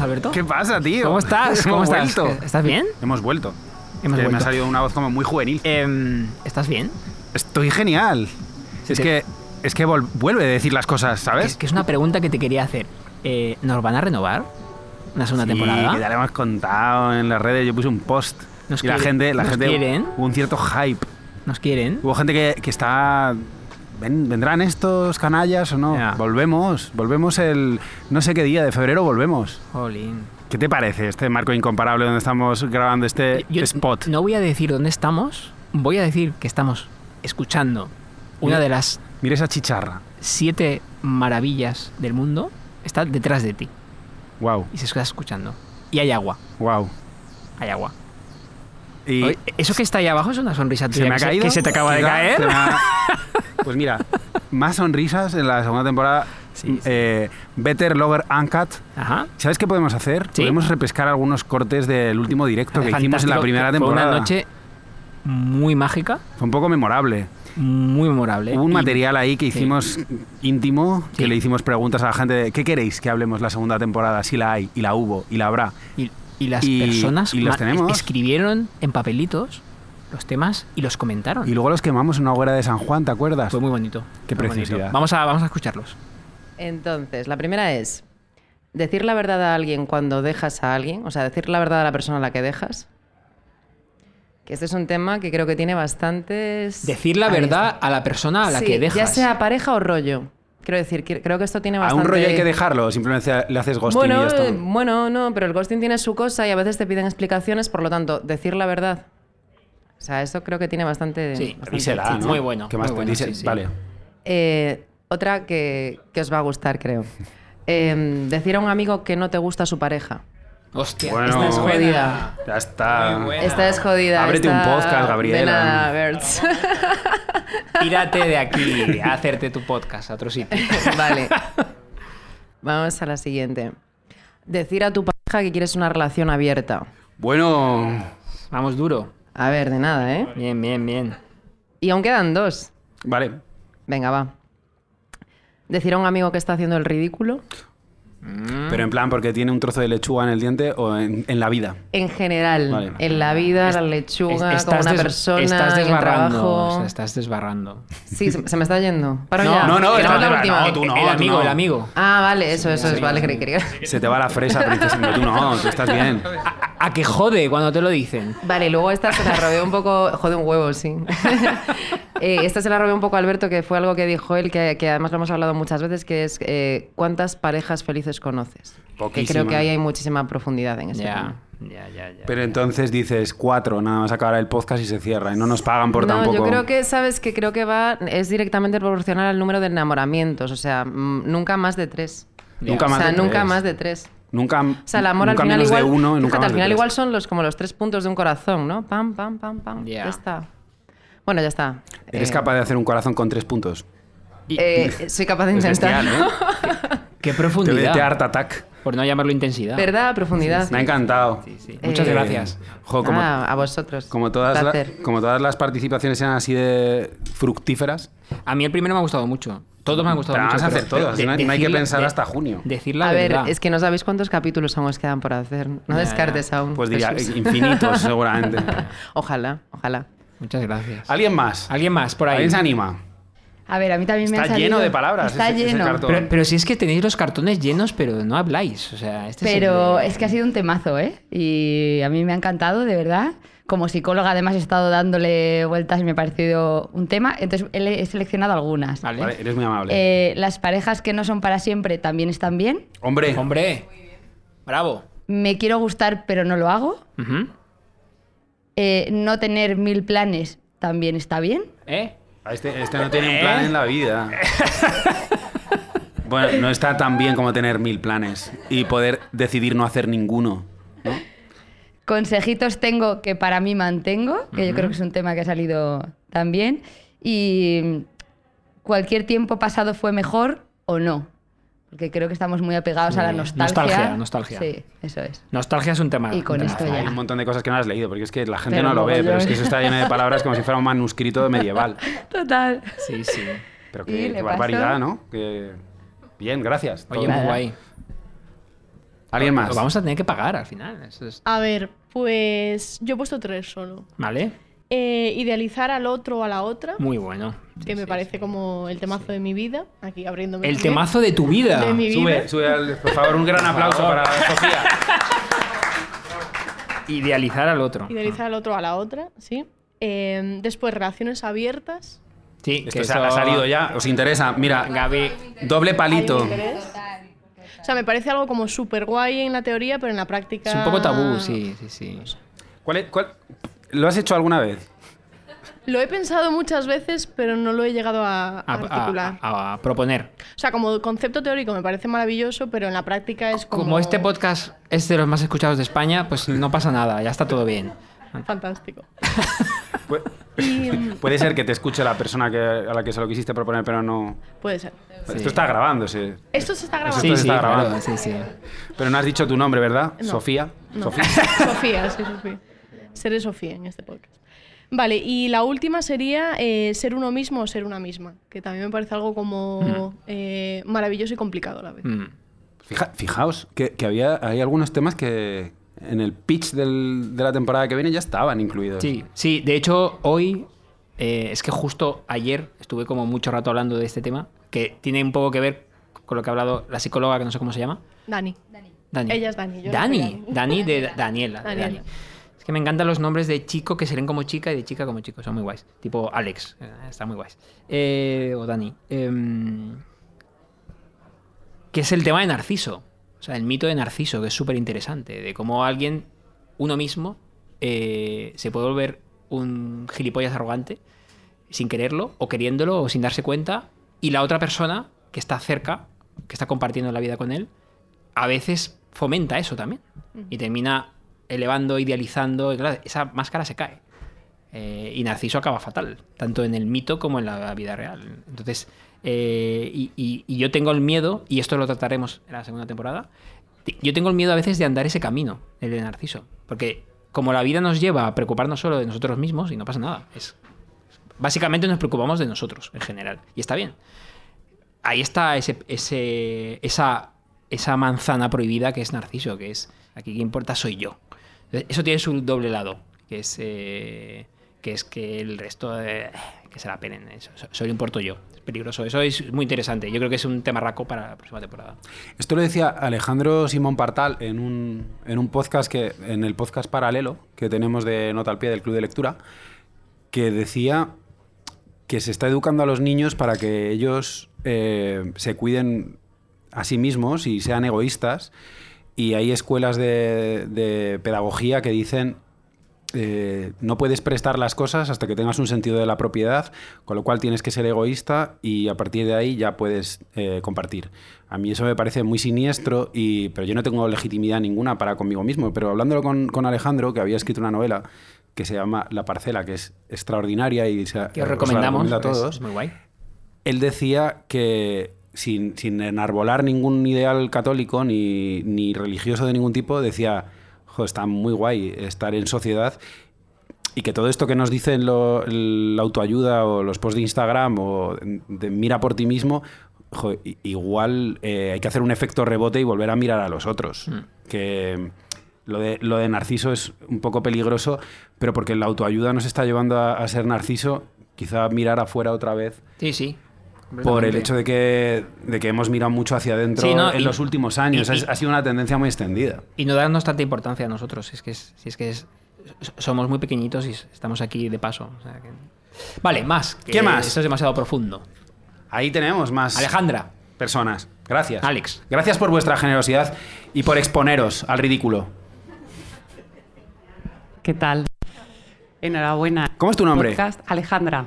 Alberto? ¿Qué pasa, tío? ¿Cómo estás? Hemos ¿Cómo estás? vuelto. ¿Estás bien? Hemos vuelto. Hemos Que Me ha vuelto. salido una voz como muy juvenil. Em, ¿Estás bien? Estoy genial. es te- que es que vol- vuelve a decir las cosas, Que- ¿sabes? Que es una pregunta que te quería hacer. Eh, ¿Nos van a renovar una segunda Sí, temporada? que ya lo hemos contado en las redes. Yo puse un post. Nos y la quiere- gente, la nos gente quieren. hubo un cierto hype. ¿Nos quieren? Hubo gente que, que está. "Ven- ¿Vendrán estos canallas o no? Ya. Volvemos, volvemos el no sé qué día de febrero, volvemos. Jolín. ¿Qué te parece este marco incomparable donde estamos grabando este Eh, Yo spot? No voy a decir dónde estamos, voy a decir que estamos escuchando una Mira. de las Mira esa chicharra. siete maravillas del mundo. Está detrás de ti Wow, y se está escuchando. Y hay agua, wow. hay agua. Y Oye, ¿Eso que está ahí abajo es una sonrisa tuya se me ha que caído. que se te acaba de Mira, caer? se me ha- Pues mira, más sonrisas en la segunda temporada. Sí, sí. Eh, Better Lover Uncut. Ajá. ¿Sabes qué podemos hacer? Sí. Podemos repescar algunos cortes del último directo que hicimos en la Fantástico, primera que temporada. Fue una noche muy mágica, Fue un poco memorable. muy memorable. Hubo un Y- material ahí que sí. hicimos íntimo, que Sí. le hicimos preguntas a la gente de ¿qué queréis que hablemos la segunda temporada? Si la hay, y la hubo, y la habrá. Y, y las y- personas y los ma- tenemos. escribieron en papelitos los temas y los comentaron. Y luego los quemamos en una hoguera de San Juan, ¿te acuerdas? Fue muy bonito. Qué muy bonito. preciosidad. Vamos, a, vamos a escucharlos. Entonces, la primera es decir la verdad a alguien cuando dejas a alguien, o sea, decir la verdad a la persona a la que dejas. Que este es un tema que creo que tiene bastantes. Decir la Ahí verdad está. a la persona a la Sí, que dejas. Ya sea pareja o rollo. Quiero decir, que- creo que esto tiene a bastante. un rollo hay que dejarlo, simplemente le haces ghosting y bueno, ya está. eh, bueno, no, pero el ghosting tiene su cosa y a veces te piden explicaciones, por lo tanto, decir la verdad. O sea, esto creo que tiene bastante. Sí. bastante Y será, chicha. ¿no? Muy bueno, ¿Qué más muy te bueno, dice? sí, sí. Vale. Eh, otra que, que os va a gustar, creo. Em, decir a un amigo que no te gusta su pareja. Hostia, Bueno, esta es buena. jodida. Ya está. Muy buena. Esta es jodida. Ábrete esta- un podcast, Gabriela. De nada, Bertz. Tírate de aquí a hacerte tu podcast a otro sitio. vale. Vamos a la siguiente. Decir a tu pareja que quieres una relación abierta. Bueno, Vamos duro. A ver, de nada, ¿eh? Bien, bien, bien. Y aún quedan dos. vale. Venga, va. Decir a un amigo que está haciendo el ridículo. Pero en plan, porque tiene un trozo de lechuga en el diente o en, en la vida. En general, Vale. en la vida, la lechuga, Es- con una des- persona, estás en el desbarrando. trabajo. o sea, estás desbarrando. Sí, se, se me está yendo. Para No, ya. no, no, Que está es la bien, última. no, tú no, el amigo, no. el amigo. Ah, vale, eso, eso es. Vale, creí que... Se te va la fresa, princesa. No, tú no, tú estás bien. A, a que jode cuando te lo dicen. Vale, luego esta se la robé un poco. Jode un huevo, sí. Eh, esta se la robé un poco a Alberto, que fue algo que dijo él, que, que además lo hemos hablado muchas veces, que es eh, ¿cuántas parejas felices conoces? Que creo Poquísimas. que ahí hay muchísima profundidad en este Ya, tema. ya, ya, ya. Pero entonces dices cuatro, nada más acabar el podcast y se cierra. Y no nos pagan por no, tampoco. yo creo que, ¿sabes? Que creo que va, es directamente proporcional al número de enamoramientos, o sea, mm, nunca más de tres. Nunca o más sea, de nunca tres. más de tres. Nunca. O sea, el amor nunca al final menos igual. de uno, y nunca fíjate, más al de final tres. igual son los como los tres puntos de un corazón, ¿no? Pam, pam, pam, pam. Ya. Ya está. Bueno, ya está. Eres Eh, capaz de hacer un corazón con tres puntos. Y- eh, soy capaz de Es bestial, intentarlo. ¿eh? Qué Te profundidad. voy a decir Art Attack. Por no llamarlo intensidad. ¿Verdad? A Profundidad. Me ha encantado. Sí, sí. Eh, Muchas Eh, gracias. jo, como, Nada, a vosotros. como todas la- Placer. como todas las participaciones sean así de fructíferas, A mí el primero me ha gustado mucho. Todos me han gustado Pero mucho. vamos a pero hacer todas, no hay- no hay que decir la- pensar hasta junio. Decir la A ver, verdad. es que no sabéis cuántos capítulos aún os quedan por hacer. No Ya, descartes ya. aún. pues diría Jesús. infinitos seguramente. Ojalá, ojalá. Muchas gracias. ¿Alguien más? ¿Alguien más por ahí? ¿Alguien se anima? A ver, a mí también me Está ha salido... lleno de palabras Está ese- ese lleno. cartón. Pero, pero si es que tenéis los cartones llenos, pero no habláis. O sea, este es el Pero de- es que ha sido un temazo, ¿eh? Y a mí me ha encantado, de verdad. Como psicóloga, además, he estado dándole vueltas y me ha parecido un tema. Entonces, he he seleccionado algunas. Vale. Vale, eres muy amable. Eh, las parejas que no son para siempre también están bien. Hombre, Hombre, bravo. Me quiero gustar, pero no lo hago. Mm. Ujú. Eh, no tener mil planes también está bien. ¿Eh? este, este no tiene un plan en la vida. Bueno, no está tan bien como tener mil planes y poder decidir no hacer ninguno. Consejitos tengo que para mí mantengo, que yo creo que es un tema que ha salido también. Y cualquier tiempo pasado fue mejor o no. Porque creo que estamos muy apegados a la Sí, nostalgia. nostalgia, nostalgia. Sí, eso es. Nostalgia es un tema. Y con un esto temazo. Hay ya. un montón de cosas que no has leído, porque es que la gente Pero no lo ve, mogollón. pero es que eso está lleno de palabras como si fuera un manuscrito medieval. Total. Sí, sí. Pero Y qué, le qué pasó. barbaridad, ¿no? Que- Bien, gracias. Oye, Todo. muy guay. ¿Alguien Pues Lo más? vamos a tener que pagar al final. eso es- A ver, pues yo he puesto tres solo. Vale, Eh, idealizar al otro o a la otra, muy bueno. que me parece como el temazo de mi vida. Aquí abriéndome. El también. temazo de tu vida. de mi vida. Sube, sube, al- por favor, un gran aplauso para Sofía. Idealizar al otro. Idealizar al otro o a la otra, sí. Eh, después, relaciones abiertas. Sí, Esto que se eso- ha salido ya, os interesa. Mira, Gaby, doble palito. O sea, me parece algo como súper guay en la teoría, pero en la práctica. es un poco tabú, sí, sí, sí. ¿Cuál es- cuál- ¿Lo has hecho alguna vez? Lo he pensado muchas veces, pero no lo he llegado A, a, articular. a- a proponer. O sea, como concepto teórico me parece maravilloso, pero en la práctica es como. Como... este podcast es de los más escuchados de España, pues no pasa nada, ya está todo bien. Fantástico. Pu- Y, mm, Puede ser que te escuche la persona que, a la que se lo quisiste proponer, pero no. puede ser. Sí. Esto está grabándose. Esto se está grabando. Sí, Esto se está grabando. sí, sí. Pero no has dicho tu nombre, ¿verdad? No. Sofía. No. Sofía. Sofía, sí, Sofía. Seré Sofía en este podcast. Vale, y la última sería eh, ser uno mismo o ser una misma, que también me parece algo como eh, maravilloso y complicado a la vez. Mm. Fija- fijaos que, que había hay algunos temas que en el pitch del- de la temporada que viene ya estaban incluidos. Sí, sí, de hecho, hoy, eh, es que justo ayer estuve como mucho rato hablando de este tema, que tiene un poco que ver con lo que ha hablado la psicóloga, que no sé cómo se llama. Dani. Dani. Ella es Dani, yo no soy Dani, Dani. Dani de Da- Daniela. de Daniela. Dani. Es que me encantan los nombres de chico que se leen como chica y de chica como chico. Son muy guays. Tipo Alex. eh, Está muy guays. Eh, o Dani. Em, que es el tema de Narciso. O sea, el mito de Narciso, que es súper interesante. De cómo alguien, uno mismo, eh, se puede volver un gilipollas arrogante sin quererlo o queriéndolo o sin darse cuenta. Y la otra persona que está cerca, que está compartiendo la vida con él, a veces fomenta eso también. Y termina elevando, idealizando. Y claro, esa máscara se cae. Eh, y Narciso acaba fatal, tanto en el mito como en la vida real. Entonces, eh, y, y- y yo tengo el miedo, y esto lo trataremos en la segunda temporada, t- yo tengo el miedo a veces de andar ese camino, el de Narciso, porque como la vida nos lleva a preocuparnos solo de nosotros mismos y no pasa nada, es, básicamente nos preocupamos de nosotros en general, y está bien. Ahí está ese, ese- esa, esa manzana prohibida que es Narciso, que es aquí que importa soy yo. Eso tiene su doble lado, que es, eh, que, es que el resto eh, que se la penen. Eso, so- solo importo yo. Es peligroso. Eso es muy interesante. Yo creo que es un tema raco para la próxima temporada. Esto lo decía Alejandro Simón Partal en un, en un podcast que, en el podcast paralelo que tenemos de Nota al Pie del Club de Lectura, que decía que se está educando a los niños para que ellos eh, se cuiden a sí mismos y sean egoístas. Y hay escuelas de, de pedagogía que dicen eh, no puedes prestar las cosas hasta que tengas un sentido de la propiedad, con lo cual tienes que ser egoísta y a partir de ahí ya puedes eh, compartir. A mí eso me parece muy siniestro, y, pero yo no tengo legitimidad ninguna para conmigo mismo. Pero hablándolo con, con Alejandro, que había escrito una novela que se llama La parcela, que es extraordinaria y Que se, os os la recomendamos. recomiendo a es- todos Es, muy guay. él decía que sin, sin enarbolar ningún ideal católico ni, ni religioso de ningún tipo, decía, "Jo, está muy guay estar en sociedad y que todo esto que nos dicen lo- la autoayuda o los posts de Instagram o de mira por ti mismo, jo, i- igual eh, hay que hacer un efecto rebote y volver a mirar a los otros. Que lo de, lo de narciso es un poco peligroso, pero porque la autoayuda nos está llevando a, a ser narciso, quizá mirar afuera otra vez Sí, sí. por el completamente. hecho de que, de que hemos mirado mucho hacia adentro Sí, no, en y- los últimos años. y- Ha- y- ha, sido una tendencia muy extendida. Y no darnos tanta importancia a nosotros. Si es que, es- si es que es- somos muy pequeñitos y s- estamos aquí de paso. o sea que- Vale, más. que ¿Qué más? Esto es demasiado profundo. Ahí tenemos más Alejandra. personas. Gracias. Alex. Gracias por vuestra generosidad y por exponeros al ridículo. ¿Qué tal? Enhorabuena. ¿Cómo es tu nombre? Podcast Alejandra.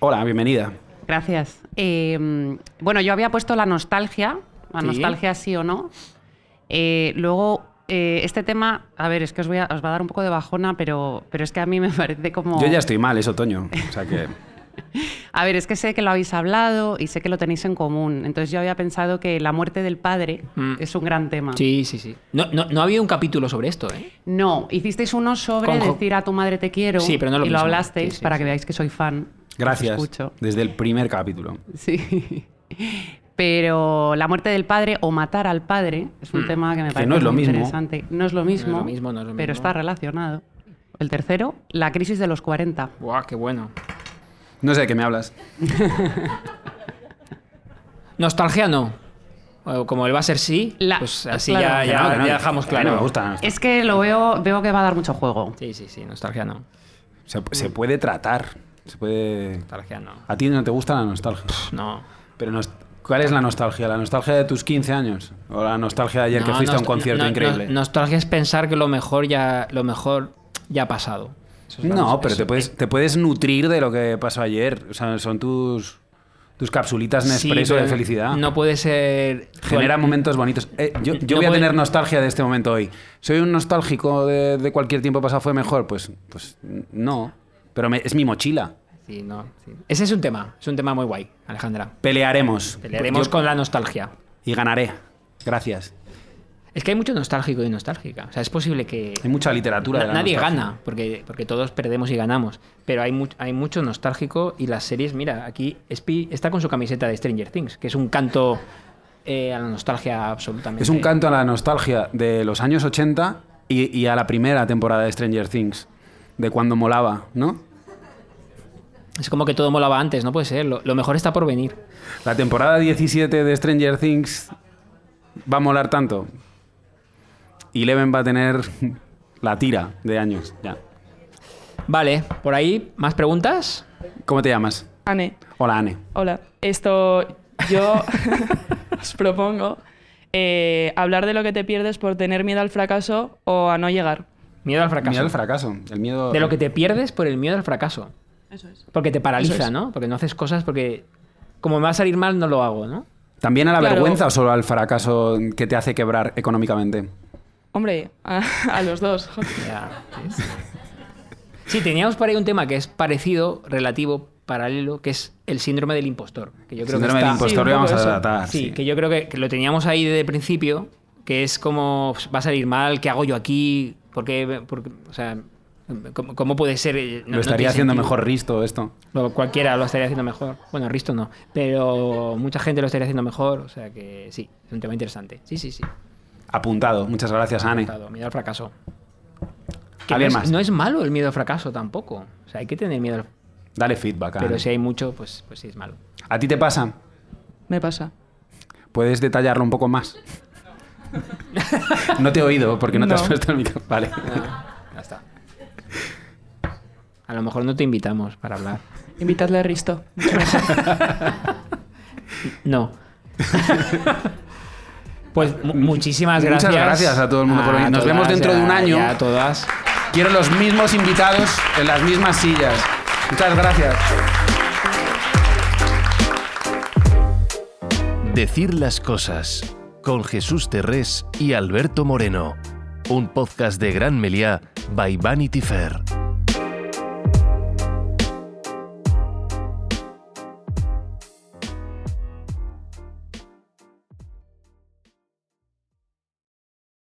Hola, bienvenida. Gracias. Eh, bueno, yo había puesto la nostalgia, la Sí. nostalgia sí o no. Eh, luego, eh, este tema, a ver, es que os, voy a, os va a dar un poco de bajona, pero, pero es que a mí me parece como... Yo ya estoy mal, es otoño. O sea que A ver, es que sé que lo habéis hablado y sé que lo tenéis en común. Entonces yo había pensado que la muerte del padre Mm. es un gran tema. Sí, sí, sí. No, no, no ha habido un capítulo sobre esto, ¿eh? No, hicisteis uno sobre Con Jo- decir a tu madre te quiero Sí, pero no lo y lo mismo. hablasteis Sí, sí, para sí. que veáis que soy fan. Os gracias. escucho. Desde el primer capítulo. Sí. Pero la muerte del padre o matar al padre es un Mm. tema que me Que parece no es lo muy mismo. interesante. No es lo mismo, lo mismo, no es lo pero mismo. está relacionado. El tercero, la crisis de los 40. Buah, qué bueno. No sé de qué me hablas. Nostalgia no. O Como él va a ser sí, La- pues así claro. ya, Que ya- no, que no, ya dejamos que claro. no me gusta. Es que lo veo, veo que va a dar mucho juego. Sí, sí, sí, nostalgia no. Se, se puede tratar. Se puede. Nostalgia no. A ti no te gusta la nostalgia. No. Pero nos- ¿cuál es la nostalgia? ¿La nostalgia de tus 15 años? ¿O la nostalgia de ayer que No, fuiste a un nos- concierto no- no- increíble? No, nostalgia es pensar que lo mejor ya, lo mejor ya ha pasado. Eso es la nos- pero eso- te puedes, te puedes nutrir de lo que pasó ayer. O sea, son tus, tus capsulitas Sí, Nespresso pero de felicidad. No puede ser. Genera cual- momentos bonitos. Eh, yo No yo voy a puede- tener nostalgia de este momento hoy. ¿Soy un nostálgico de, de cualquier tiempo pasado fue mejor? Pues, pues no. Pero me- es mi mochila. Sí, no, sí. Ese es un tema, es un tema muy guay, Alejandra. Pelearemos. Pelearemos Yo- con la nostalgia. Y ganaré. Gracias. Es que hay mucho nostálgico y nostálgica. O sea, es posible que. Hay mucha literatura. Na- de la nadie nostalgia. gana, porque, porque todos perdemos y ganamos. Pero hay, mu- hay mucho nostálgico y las series, mira, aquí Spi está con su camiseta de Stranger Things, que es un canto eh, a la nostalgia absolutamente. Es un canto a la nostalgia de los años 80 y, y a la primera temporada de Stranger Things, de cuando molaba, ¿no? Es como que todo molaba antes, no puede ser. Lo, lo mejor está por venir. La temporada 17 de Stranger Things va a molar tanto. Y Leven va a tener la tira de años, ya. Vale, por ahí, ¿más preguntas? ¿Cómo te llamas? Ane, Hola, Ane. hola. Esto yo os propongo eh, hablar de lo que te pierdes por tener miedo al fracaso o a no llegar. Miedo al fracaso. Miedo al fracaso. El miedo... De lo que te pierdes por el miedo al fracaso. Eso es. Porque te paraliza, Eso es. ¿no? Porque no haces cosas porque como me va a salir mal, no lo hago, ¿no? ¿También a la Claro. vergüenza o solo al fracaso que te hace quebrar económicamente? Hombre, a, a los dos. joder. Ya, sí, sí. Sí, teníamos por ahí un tema que es parecido, relativo, paralelo, que es el síndrome del impostor. Que yo creo Síndrome que del está- Sí, impostor un que pues vamos a poco eso. tratar. Sí, sí. que yo creo que, que lo teníamos ahí desde el principio, que es como pf, va a salir mal, ¿qué hago yo aquí? ¿Por qué? por qué? o sea, ¿cómo, cómo puede ser? Eh, no- Lo no estaría tiene haciendo sentido. mejor Risto esto. No, cualquiera lo estaría haciendo mejor. Bueno, Risto no, pero mucha gente lo estaría haciendo mejor, o sea que sí, es un tema interesante. Sí, sí, sí. Apuntado. Muchas gracias, Ane. Apuntado, Miedo al fracaso. Que no, Javier es, más. no es malo el miedo al fracaso tampoco. O sea, hay que tener miedo, al- Dale feedback. Ane. pero si hay mucho, pues, pues sí es malo. ¿A ti te pasa? Me pasa. ¿Puedes detallarlo un poco más? no te he oído porque no, te has No. puesto el micrófono. Vale. Ah. Ya está. A lo mejor no te invitamos para hablar. Invitadle a Risto. No. pues mu- muchísimas Muchas gracias. gracias a todo el mundo por venir. Nos vemos dentro y de un a- año. y A todas. Quiero los mismos invitados en las mismas sillas. Muchas gracias. Decir las cosas con Jesús Terrés y Alberto Moreno. Un podcast de Gran Meliá by Vanity Fair.